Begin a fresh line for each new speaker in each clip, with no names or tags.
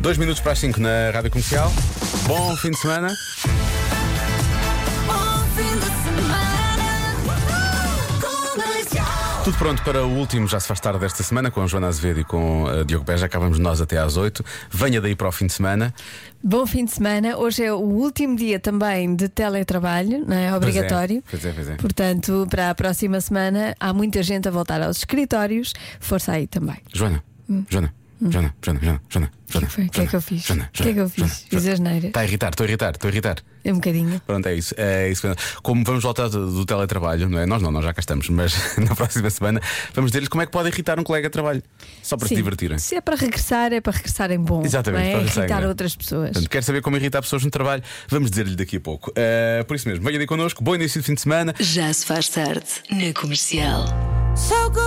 Dois minutos para as 5 na Rádio Comercial. Bom fim de semana.
Bom fim de semana. Comercial.
Tudo pronto para o último Já se faz tarde desta semana com a Joana Azevedo e com a Diogo Beja. Acabamos nós até às 8. Venha daí para o fim de semana.
Bom fim de semana. Hoje é o último dia também de teletrabalho, não é?
Pois é,
Obrigatório.
Pois é, pois é.
Portanto, para a próxima semana há muita gente a voltar aos escritórios. Força aí também.
Joana, Joana, Joana, Joana, Joana, Joana. O
que foi? Hum. O que é que eu fiz?
Joana,
O que é que eu fiz? Fiz asneira.
Está a irritar, estou a irritar, estou a irritar.
É um bocadinho.
Pronto, é isso. É isso. Como vamos voltar do, do teletrabalho, não é? Nós não, nós já cá estamos, mas na próxima semana vamos dizer-lhes como é que pode irritar um colega de trabalho. Só para se
Sim.
divertirem.
Se é para regressar, é para regressar em bom.
Exatamente,
não é?
para regressar em
irritar
grande.
outras pessoas.
Portanto, quer saber como irritar pessoas no trabalho? Vamos dizer-lhe daqui a pouco. Eh, por isso mesmo, venha aí connosco, bom início de fim de semana.
Já se faz tarde na comercial.
So go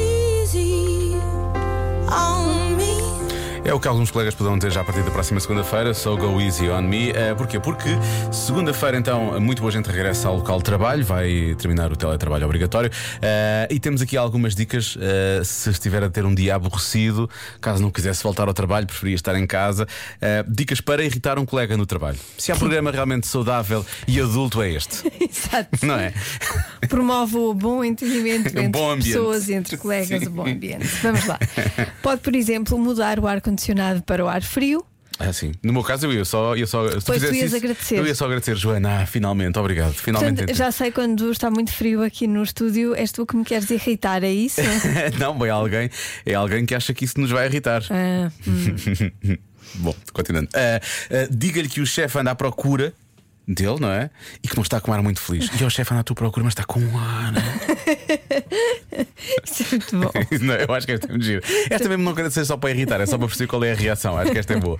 easy on me.
É o que alguns colegas poderão ter já a partir da próxima segunda-feira, so go easy on me. Eh, porquê? Porque segunda-feira, então, muito boa gente regressa ao local de trabalho, vai terminar o teletrabalho obrigatório. Eh, e temos aqui algumas dicas eh, se estiver a ter um dia aborrecido, caso não quisesse voltar ao trabalho, preferia estar em casa. Eh, dicas para irritar um colega no trabalho. Se há programa realmente saudável e adulto, é este,
Exato.
não é?
Promove o bom entendimento
Um
entre
bom ambiente.
pessoas, entre colegas,
Sim.
o bom ambiente. Vamos lá. Pode, por exemplo, mudar o ar-condicionado para o ar frio.
Ah, sim. No meu caso, eu ia só. Ia só se
Pois, tu
fizesse
ias
isso,
agradecer.
Eu ia só agradecer, Joana. Ah, finalmente, obrigado. Finalmente.
Portanto,
entendi.
já sei quando está muito frio aqui no estúdio, és tu que me queres irritar, é isso?
Não, bem, alguém, é alguém que acha que isso nos vai irritar.
Ah,
Bom, continuando. Ah, ah, Diga-lhe que o chefe anda à procura dele, não é? E que não está com um ar muito feliz. E o chefe anda à tua procura, mas está com um ar.
isso é muito bom.
não, eu acho que esta é muito giro. Esta mesmo não quero ser só para irritar, é só para perceber qual é a reação. Acho que esta é boa.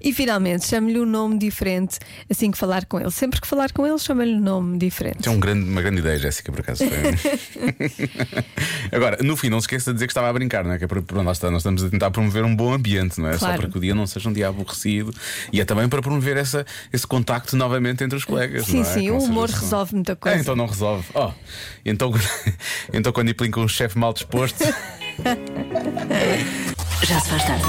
E finalmente, chame-lhe um nome diferente assim que falar com ele. Sempre que falar com ele, chama-lhe um nome diferente.
Isto é um grande- uma grande ideia, Jéssica, por acaso. Agora, no fim, não se esqueça de dizer que estava a brincar, não é? Que é para, para, lá está, nós estamos a tentar promover um bom ambiente, não é? Só
Claro.
para que o dia não seja um dia aborrecido e é também para promover essa, esse contacto novamente entre os colegas.
Sim,
não é?
sim,
Que não
o
seja
humor
só-
resolve muita
Ah,
coisa.
então não resolve. Oh, então, então quando implicam um chefe mal disposto.
Já se faz tarde.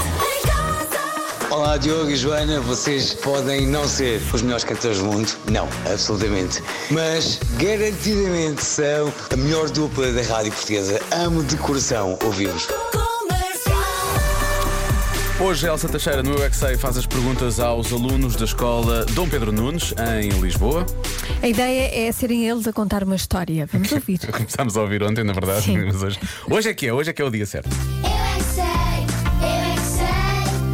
Olá Diogo e Joana, vocês podem não ser os melhores cantores do mundo, não, absolutamente, mas garantidamente são a melhor dupla da rádio portuguesa. Amo de coração ouvir-vos.
Comercial.
Hoje a Elsa Teixeira no UXA faz as perguntas aos alunos da escola Dom Pedro Nunes, em Lisboa.
A ideia é serem eles a contar uma história. Vamos ouvir.
Começámos a ouvir ontem, na verdade,
Sim.
mas hoje, hoje é que é, hoje é que é o dia certo.
Eu é que sei, eu é que sei, eu é que sei, eu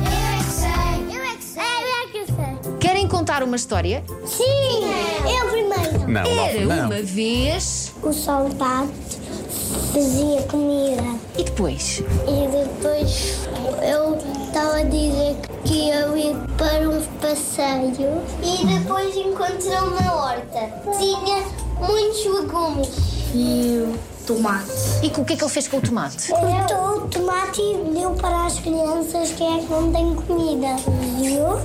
é que sei, eu é que sei.
Querem contar uma história?
Sim, eu primeiro. É,
Não,
Era
não.
uma vez.
O soldado fazia comida
E depois?
e depois eu estava a dizer que eu ia para um passeio e depois encontrei uma horta. Tinha muitos legumes. E tomate.
E com- o que é que ele fez com o tomate?
Cortou o tomate e deu para as crianças que é que não têm comida. Deu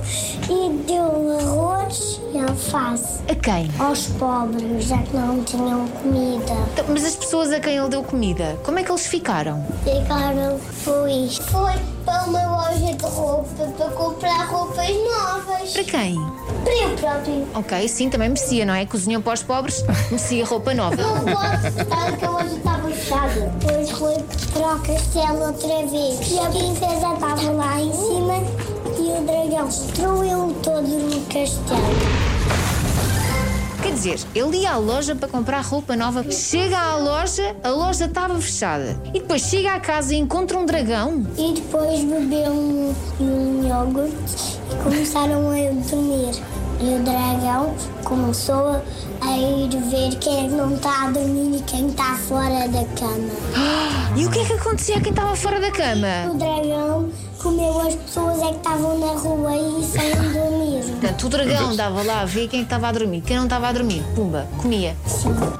e deu arroz e alface
A quem?
aos pobres, já que não tinham comida.
Então, Mas as pessoas a quem ele deu comida, como é que eles ficaram?
Ficaram felizes. Foi para uma loja de roupa para comprar roupas novas.
Para quem?
Para eu próprio.
Ok, sim, também merecia, não é? Cozinhou para os pobres, merecia roupa nova.
Não posso estar que a loja estava fechada. Depois foi para o castelo outra vez. E a princesa estava lá em cima e o dragão destruiu todo no castelo.
Quer dizer, ele ia à loja para comprar roupa nova, chega à loja, a loja estava fechada. E depois chega à casa e encontra um dragão.
E depois bebeu um, um iogurte e começaram a dormir. E o dragão começou a ir ver quem é que não está a dormir e quem está fora da cama.
E o que é que acontecia a quem estava fora da cama?
O dragão comeu as pessoas é que estavam na rua e saíram dormir.
Portanto, o dragão dava lá a ver quem é estava a dormir, quem não estava a dormir. Pumba, comia.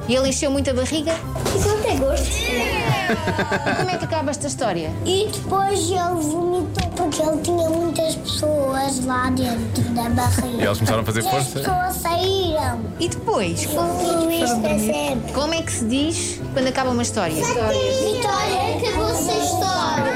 E ele encheu muito a barriga.
Isso é não tem gosto.
E como é que acaba esta história?
E depois ele vomitou porque ele tinha muitas pessoas lá dentro da barriga.
E elas começaram a fazer
E as
força?
pessoas saíram. um
E depois,
O Luís da sempre.
como é que se diz quando acaba uma história?
Vitória, acabou-se a história.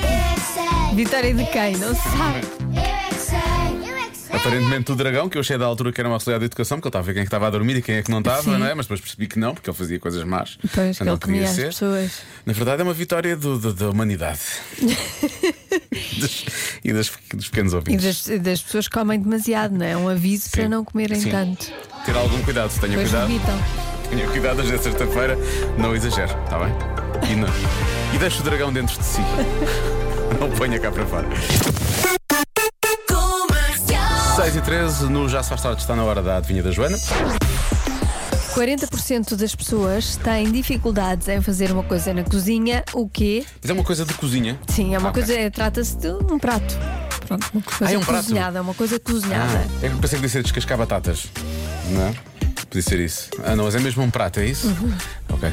Eu é que sei,
Vitória de quem? Não sei.
Eu é que sei. Eu é que sei.
Aparentemente o dragão, que eu achei da altura que era uma auxiliar de educação, que ele estava a ver quem é que estava a dormir e quem é que não estava,
Sim.
não é? Mas depois percebi que não, porque ele fazia coisas más.
Pois, que
não
ele comia
devia
as
ser.
pessoas.
Na verdade, é uma vitória do- do- da humanidade Dos- e das- dos pequenos
E
ouvintes.
das, das pessoas que comem demasiado, não é? É Um aviso para
Sim.
não comerem
Sim. É
tanto.
Ter algum cuidado, se tenha
Depois
cuidado.
vomitam.
Tenha cuidado hoje é sexta-feira, não exagero, está bem? E, não. e deixe o dragão dentro de si. Não ponha cá para fora.
Comercial.
6 e 13 no Já Se Faz Tarde está na hora da adivinha da Joana.
40% das pessoas têm dificuldades em fazer uma coisa na cozinha, o quê?
Mas é uma coisa de cozinha.
Sim, é uma
Ah,
coisa, é- trata-se de um prato. Pronto, uma coisa
Ah, é um prato?
cozinhada, é uma coisa cozinhada.
Ah, é que eu pensei que podia ser descascar batatas. Não é? Podia ser isso. Ah, não, mas é mesmo um prato, é isso?
Uhum.
Ok.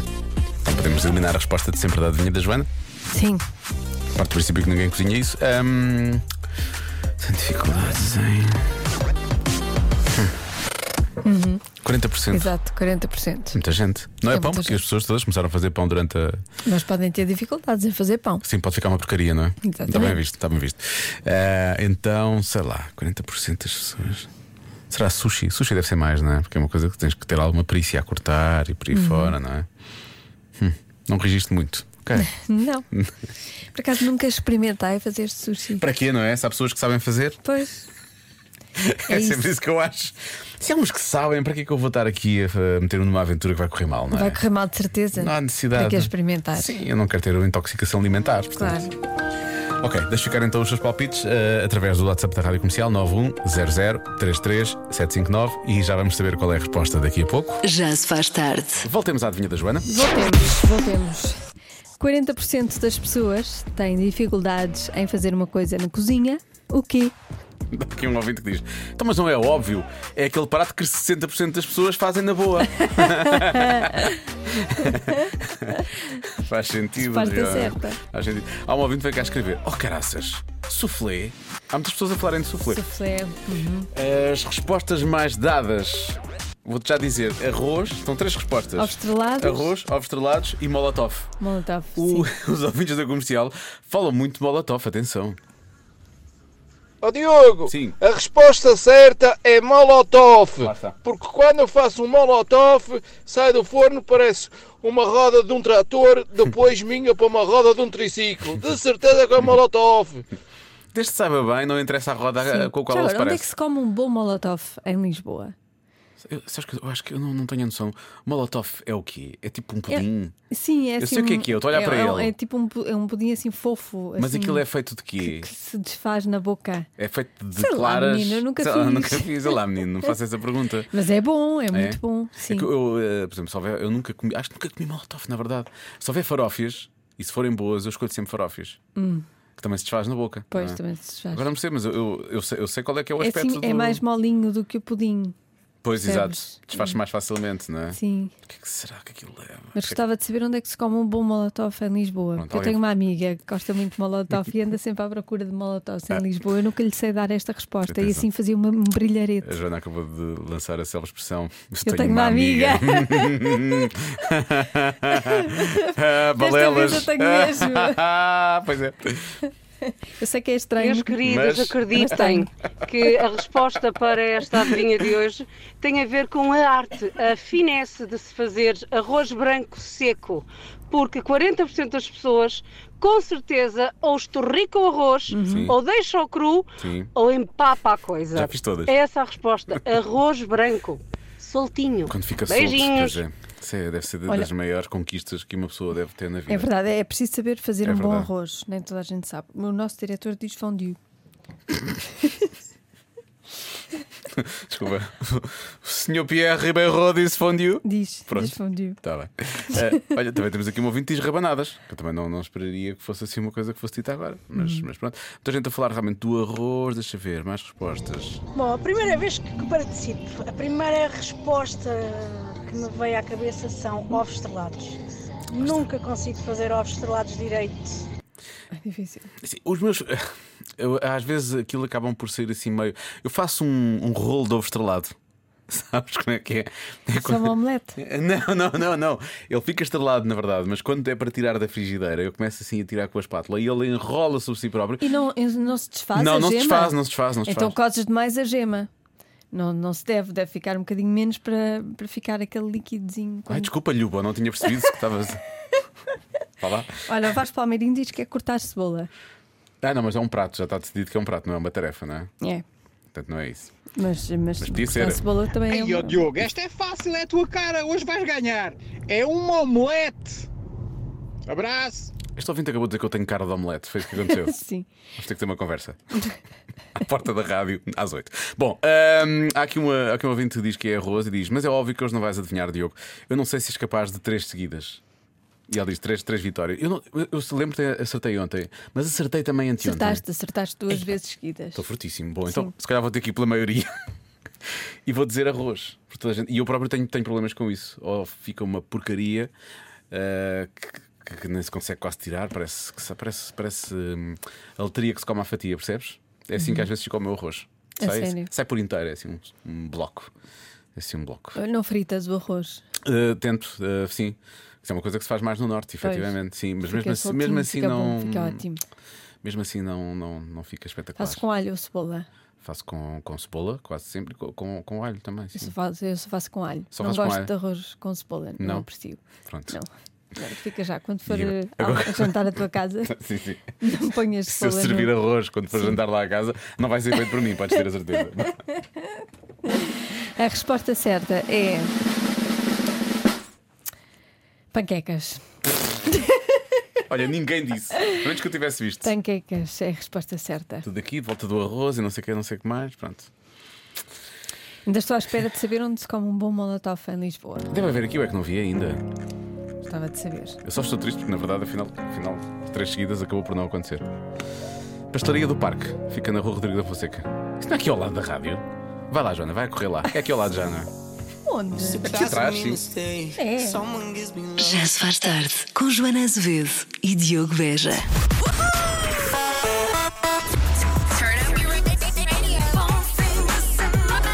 Então podemos eliminar a resposta de sempre da adivinha da Joana.
Sim.
Parte do princípio que ninguém cozinha é isso. Ahm, sem dificuldades, hein? Hum. 40%.
Uhum. Exato, 40%.
Muita gente. Não é,
É
pão,
muita
porque
gente.
as pessoas todas começaram a fazer pão durante a.
Mas podem ter dificuldades em fazer pão.
Sim, pode ficar uma porcaria, não é?
Exatamente.
Está bem visto, está bem visto. Ah, então, sei lá, 40% das pessoas. Será sushi? Sushi deve ser mais, não é? Porque é uma coisa que tens que ter alguma perícia a cortar e por
Uhum.
aí fora, não é? Hum, não registro muito. Ok.
Não. Por acaso nunca experimentei fazer sushi.
Para quê, não é? Se há pessoas que sabem fazer,
Pois.
é,
É
sempre isso que eu acho. Se há uns que sabem, para que é que eu vou estar aqui a, a meter-me numa aventura que vai correr mal, não é?
Vai correr mal de certeza.
Não há necessidade.
Tem que experimentar.
Sim, eu não quero ter uma intoxicação alimentar. portanto.
Claro.
Ok, deixa ficar então os seus palpites eh, através do WhatsApp da Rádio Comercial 910033759 e já vamos saber qual é a resposta daqui a pouco.
Já se faz tarde.
Voltemos à adivinha da Joana.
Voltemos, voltemos. 40% das pessoas têm dificuldades em fazer uma coisa na cozinha. O quê?
Daqui um ouvinte que diz: Então, mas não é óbvio, é aquele prato que 60% das pessoas fazem na boa. Faz sentido,
Resposta
Joana.
certa.
Faz sentido. Há um ouvinte que veio cá escrever: Oh, caraças, soufflé. Há muitas pessoas a falarem de soufflé.
Soufflé.
As respostas mais dadas. Vou-te já dizer, arroz, são três respostas.
Ovos estrelados.
Arroz, ovos estrelados e molotov.
Molotov.
O-
sim.
os ouvintes da comercial falam muito de molotov, atenção.
Ó Diogo,
Sim.
a resposta certa é molotov.
Lá está.
Porque quando eu faço um molotov, sai do forno, parece uma roda de um trator, depois minha para uma roda de um triciclo. De certeza que é molotov.
Desde que saiba bem, não interessa a roda eh, com a qual
Já
ela se
agora, onde é que
parece.
se come um bom molotov em Lisboa?
Eu, sabes que eu acho que eu não, não tenho a noção. Molotov é o quê? É tipo um pudim.
Sim,
Eu
é assim.
sei o que é que é, eu estou a olhar
um-
para
é, um-
ele.
É tipo um, pu- é um pudim assim fofo.
Mas
assim,
aquilo é feito de quê?
Que se desfaz na boca.
É feito de
Sei lá,
claras.
menino, eu nunca
Sei lá,
fiz.
nunca fiz. Olha lá, menino, não faça essa pergunta.
Mas é bom, é,
É?
muito bom. Sim.
É que eu, eh, por exemplo, se houver, eu nunca comi, acho que nunca comi molotov, na verdade. Se houver farófias, e se forem boas, eu escolho sempre farófias. Que também se desfaz na boca.
Hum. Pois,
não é?
também se desfaz.
Agora não percebo, mas eu, eu, eu sei, eu sei qual é que é o
é,
aspecto
assim,
do...
é mais molinho do que o pudim.
Pois, exato.
percebes? Hum.
Desfaz-se mais facilmente, não é?
Sim.
O que, é que será que aquilo leva?
Mas gostava de saber onde é que se come um bom molotov em Lisboa.
Pronto,
Porque eu
alguém-
tenho uma amiga que gosta muito de molotov e anda sempre à procura de molotov
Ah.
em Lisboa. Eu nunca lhe sei dar esta resposta e
Atenção.
assim fazia uma, um brilharete.
A Joana acabou de lançar a selva expressão. Eu,
Eu tenho uma amiga.
Ah, Balelas.
eu tenho mesmo.
Ah, pois é.
Eu sei que é estranho.
Meus queridos,
Mas-
acreditem que a resposta para esta adivinha de hoje tem a ver com a arte, a finesse de se fazer arroz branco seco, porque 40% das pessoas com certeza ou estorricam o arroz, ou deixam cru,
Uhum. Sim.
ou empapa a coisa.
Já fiz todas.
É essa a resposta, arroz branco, soltinho.
Quando fica solto,
Beijinhos.
pois é. Isso é- deve ser de-
Olha-
das maiores conquistas que uma pessoa deve ter na vida.
É verdade, é preciso saber fazer
É
um bom
verdade.
arroz. Nem toda a gente sabe. O nosso diretor diz fondue.
Desculpa. O senhor Pierre Ribeiro disse fondue.
Diz,
Pronto.
diz fondue.
Está bem. Eh, olha, também temos aqui um ouvinte que diz rabanadas. Que eu também não, não esperaria que fosse assim uma coisa que fosse dita agora. Mas, mas pronto. Muita gente a falar realmente do arroz. Deixa ver, mais respostas.
Bom, a primeira vez que participo, a primeira resposta que me veio à cabeça são ovos estrelados. Nunca consigo fazer ovos estrelados direito.
É difícil.
Assim, os meus. eu- às vezes aquilo acabam por ser assim meio. Eu faço um, um rolo de ovo estrelado. Sabes como é que é? É
Só uma omelete.
Não, não, não, não. Ele fica estrelado, na verdade, mas quando é para tirar da frigideira, eu começo assim a tirar com a espátula e ele enrola sobre si próprio.
E não, e não se desfaz
Não,
a
não se
gema?
desfaz, não se desfaz, não se
Então
desfaz.
cozes demais a gema. Não, não se deve, deve ficar um bocadinho menos para, para ficar aquele liquidozinho.
Ai,
quando-
desculpa, Luba, não tinha percebido que estavas. Vá lá.
Olha, o Vasco Palmeirinho diz que é cortar cebola.
Ah, não, mas é um prato, já está decidido que é um prato, não é uma tarefa, não é?
É,
Portanto, não é isso.
mas, mas,
podia
cortar
ser.
cebola também é.
Ei, ó
uma-
Diogo, esta é fácil, é a tua cara, hoje vais ganhar. É uma omelete. Abraço.
Este ouvinte acabou de dizer que eu tenho cara de omelete, foi isso que aconteceu.
Sim.
Vamos ter que ter uma conversa. À porta da rádio, às oito. Bom, hum, há, aqui uma, há aqui um ouvinte que diz que é arroz e diz: Mas é óbvio que hoje não vais adivinhar, Diogo. Eu não sei se és capaz de três seguidas. E ele diz: três, três vitórias. Eu, não, eu, eu lembro que acertei ontem, mas acertei também anteontem.
Acertaste, acertaste duas vezes seguidas.
Estou fortíssimo. Bom, então
Sim.
se calhar vou ter que ir pela maioria. e vou dizer arroz. por toda a gente. E eu próprio tenho, tenho problemas com isso. Ou fica uma porcaria ah, que, que- que nem se consegue quase tirar. Parece, que se- parece, parece hum, a loteria que se come à fatia, percebes? É assim que às vezes fica o meu arroz.
A
Sai,
Uhum. É sério?
sai por inteiro, é assim um, um bloco. É assim um bloco.
Não fritas o arroz.
Ah, tento, ah, sim. Isso é uma coisa que se faz mais no norte, efetivamente, sim. Mas mesmo
Fica
assim, mesmo
é soltinho,
assim
fica
não.
Bom, fica ótimo.
Mesmo assim não, não, não fica espetacular.
Faço com alho ou cebola.
Faço com, com cebola, quase sempre, co- com, com alho também.
Eu
Sim.
só, faço, eu só faço com alho.
Só
não
fazes com
gosto
alho?
de arroz com cebola. Não,
Não?
aprecio.
Pronto.
Não. Não, Fica já. Quando for
E eu-
eh,
agora-
a jantar à tua casa,
Sim, sim.
não ponhas
Se eu
cebola.
servir
no-
arroz quando for jantar lá à casa, não vai ser feito por mim, podes ter a certeza.
A resposta certa é. Panquecas.
Olha, ninguém disse. A menos que eu tivesse visto.
Panquecas é a resposta certa.
Tudo aqui, de volta do arroz e não sei o que, não sei o que mais. Pronto.
Ainda estou à espera de saber onde se come um bom molotov em Lisboa.
Deve haver aqui, eu é que não vi ainda.
Gostava de saber.
Eu só estou triste porque, na verdade, afinal, afinal três seguidas acabou por não acontecer. Pastelaria do Parque, fica na rua Rodrigo da Fonseca. Isto não é aqui ao lado da rádio? Vai lá, Joana, vai correr lá. É aqui ao lado já, não é?
Onde?
Aqui atrás, sim.
É.
Já se faz tarde com Joana Azevedo e Diogo Beja.
Turn up your radio. Won't sing the song.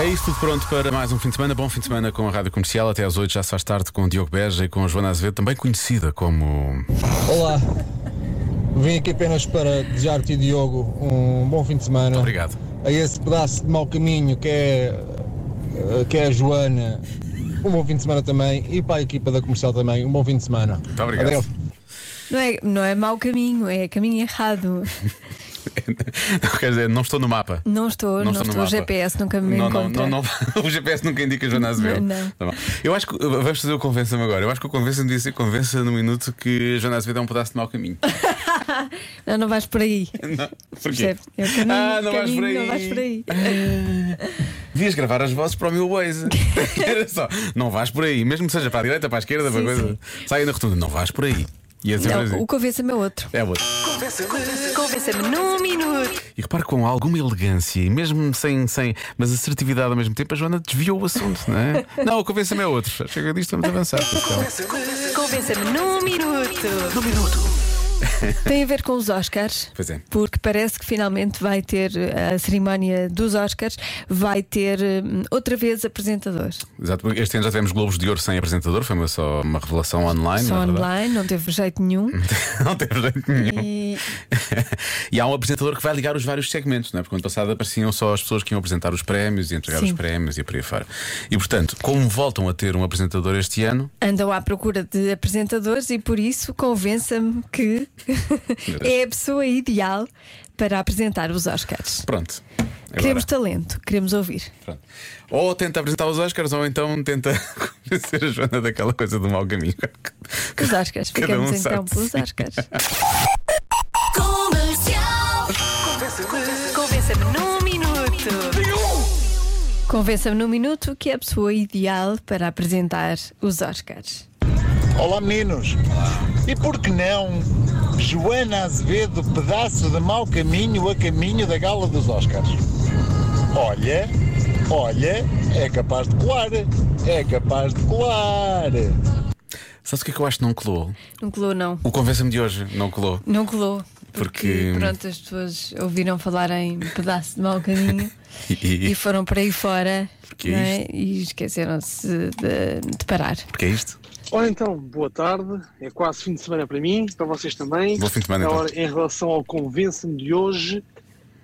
É isso tudo pronto para mais um fim de semana. Bom fim de semana com a Rádio Comercial. Até às 8 já se faz tarde com o Diogo Beja e com a Joana Azevedo, também conhecida como.
Olá. Vim aqui apenas para desejar-te, Diogo, um bom fim de semana.
Obrigado.
A esse pedaço de mau caminho que é, que é a Joana, um bom fim de semana também. E para a equipa da comercial também, um bom fim de semana.
Muito obrigado.
Não é, não é mau caminho, é caminho errado.
não, quer dizer, não estou no mapa.
Não estou, não,
no
estou. O
mapa.
GPS nunca me
não, não,
encontra.
não, não. O GPS nunca indica Joana Azevedo.
Não, não.
Tá bom. Eu acho que. Vamos fazer o convença-me agora. Eu acho que o convença-me devia ser convença no minuto que Joana Azevedo é um pedaço de mau caminho.
Não, não vais por aí.
Não. Porquê?
Percebe? É o caminho,
ah, não
caminho,
vais por aí. Ah.
não vais por aí.
Devias gravar as vozes para o meu Waze. Era só, não vais por aí, mesmo que seja para a direita, para a esquerda, para
Sim,
coisa.
sim.
Sai na rotunda, não vais por aí. E é sempre
Não,
assim.
o convença-me é outro.
É outro.
Convença-me num minuto.
E repare com alguma elegância e mesmo sem, sem mas assertividade ao mesmo tempo, a Joana desviou o assunto, não é? Não, o convença-me é outro. Chega disto, vamos avançar. Então,
Convença-me num minuto. Num minuto. Tem a ver com os Oscars.
Pois é.
Porque parece que finalmente vai ter eh, a cerimónia dos Oscars, vai ter eh, outra vez apresentadores.
exato, porque este ano já tivemos Globos de Ouro sem apresentador, foi uma, só uma revelação online. na
Só
É verdade. Uhum.
online, não teve jeito nenhum.
Não teve jeito nenhum.
E
E há um apresentador que vai ligar os vários segmentos, não é? Porque ano passado apareciam só as pessoas que iam apresentar os prémios e entregar
Sim.
os prémios e por aí fora. E portanto, como voltam a ter um apresentador este ano,
andam à procura de apresentadores e por isso convença-me que é a pessoa ideal para apresentar os Oscars.
pronto. Agora,
Queremos talento, queremos ouvir.
pronto. Ou tenta apresentar os Oscars, ou então tenta convencer a Joana daquela coisa do mau caminho.
Os Oscars,
Cada
ficamos
um sabe
então
de
pelos
si.
Oscars.
Comercial.
Convença-me num minuto. Convença-me num minuto que é a pessoa ideal para apresentar os Oscars.
Olá meninos, e por que não Joana Azevedo, pedaço de mau caminho a caminho da gala dos Oscars? Olha, olha, é capaz de colar, é capaz de colar.
Sabes o que é que eu acho que não colou?
Não colou, não.
O convença-me de hoje não colou.
Não colou.
Porque.
Que, pronto, as pessoas ouviram falar em um pedaço de mau caminho
E-
e foram para aí fora
Porque é
não é? e esqueceram-se de, de parar.
Porque é isto?
Ora então, boa tarde. É quase fim de semana para mim, para vocês também.
Bom fim de semana, então.
Ora, em relação ao Convence-me de hoje,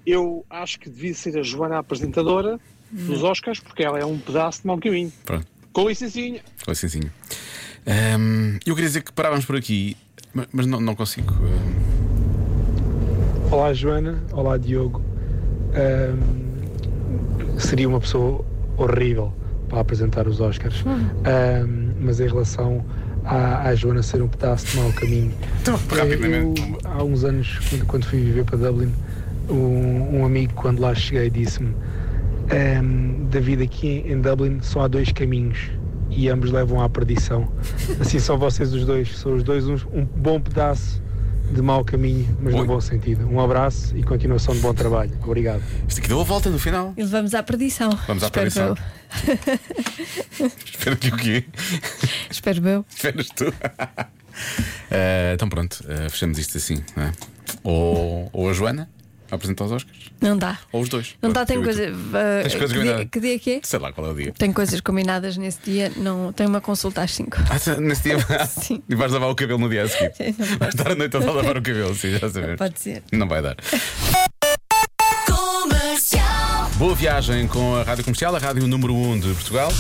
eu acho que devia ser a Joana a apresentadora dos Oscars, porque ela é um pedaço de mau caminho.
Pronto.
Com licencinha.
Com licencinha. Ahm, eu queria dizer que parávamos por aqui, ma- mas não, não consigo. eh, Ahm,
Olá Joana, olá Diogo. Ahm, seria uma pessoa horrível para apresentar os Oscars,
Hum.
Ahm, mas em relação à, à Joana ser um pedaço de mau caminho, eh,
rapidamente.
eu, há uns anos, quando, quando fui viver para Dublin, um, um amigo, quando lá cheguei, disse-me: "Ahm, David, aqui em Dublin só há dois caminhos e ambos levam à perdição. Assim são vocês os dois, são os dois uns- um bom pedaço de mau caminho, mas no bom sentido. Um abraço e continuação de bom trabalho. Obrigado.
Isto aqui deu a volta no final.
E levamos à perdição.
Vamos à
Espero
perdição.
eu.
Espero que o quê?
Espero eu.
Esperas tu? Ah, então pronto, ah, fechamos isto assim, não é? Ou, ou a Joana apresenta os Oscars,
Não dá.
ou os dois.
Não dá,
Pronto,
tem
eu e tu.
coisa. ah,
Tens
que,
coisas
dia,
combinadas?
que dia que é?
Sei lá qual é o dia.
Tem coisas combinadas nesse dia, não tem uma consulta às 5.
Ah, tá, nesse dia e vais lavar o cabelo no dia a seguir.
Sim, não
Vais estar a noite toda a lavar o cabelo, sim, já sabemos.
Pode ser.
Não vai dar.
Comercial.
Boa viagem com a Rádio Comercial, a Rádio número 1 de Portugal.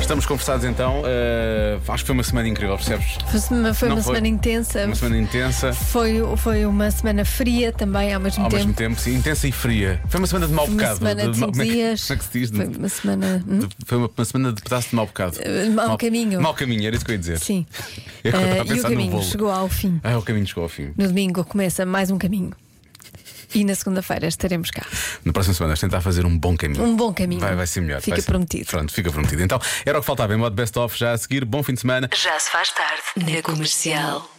Estamos conversados então. eh, acho que foi uma semana incrível, percebes?
Foi uma, foi
Não
uma
foi.
semana intensa.
Uma semana intensa,
Foi, foi uma semana fria também ao mesmo
ao
tempo.
mesmo tempo, sim, intensa e fria. Foi uma semana de mau
Foi uma
bocado.
semana de
mau-
cinco
como é que-
dias.
Como é que se diz?
Foi uma semana. hum?
De- Foi uma, uma semana de pedaço de mau bocado.
Eh, mau caminho.
Mau caminho, era isso que eu ia dizer.
Sim.
Eu estava
Eh,
a
e o
pensar no
caminho
bolo.
chegou ao fim.
Ah, o caminho chegou ao fim.
No domingo começa mais um caminho. E na segunda-feira estaremos cá.
Na próxima semana, vamos tentar fazer um bom caminho.
Um bom caminho.
Vai, vai ser melhor.
Fica
vai ser-
prometido.
Pronto, fica prometido. Então, era o que faltava em modo best-of já a seguir. Bom fim de semana.
Já se faz tarde na comercial.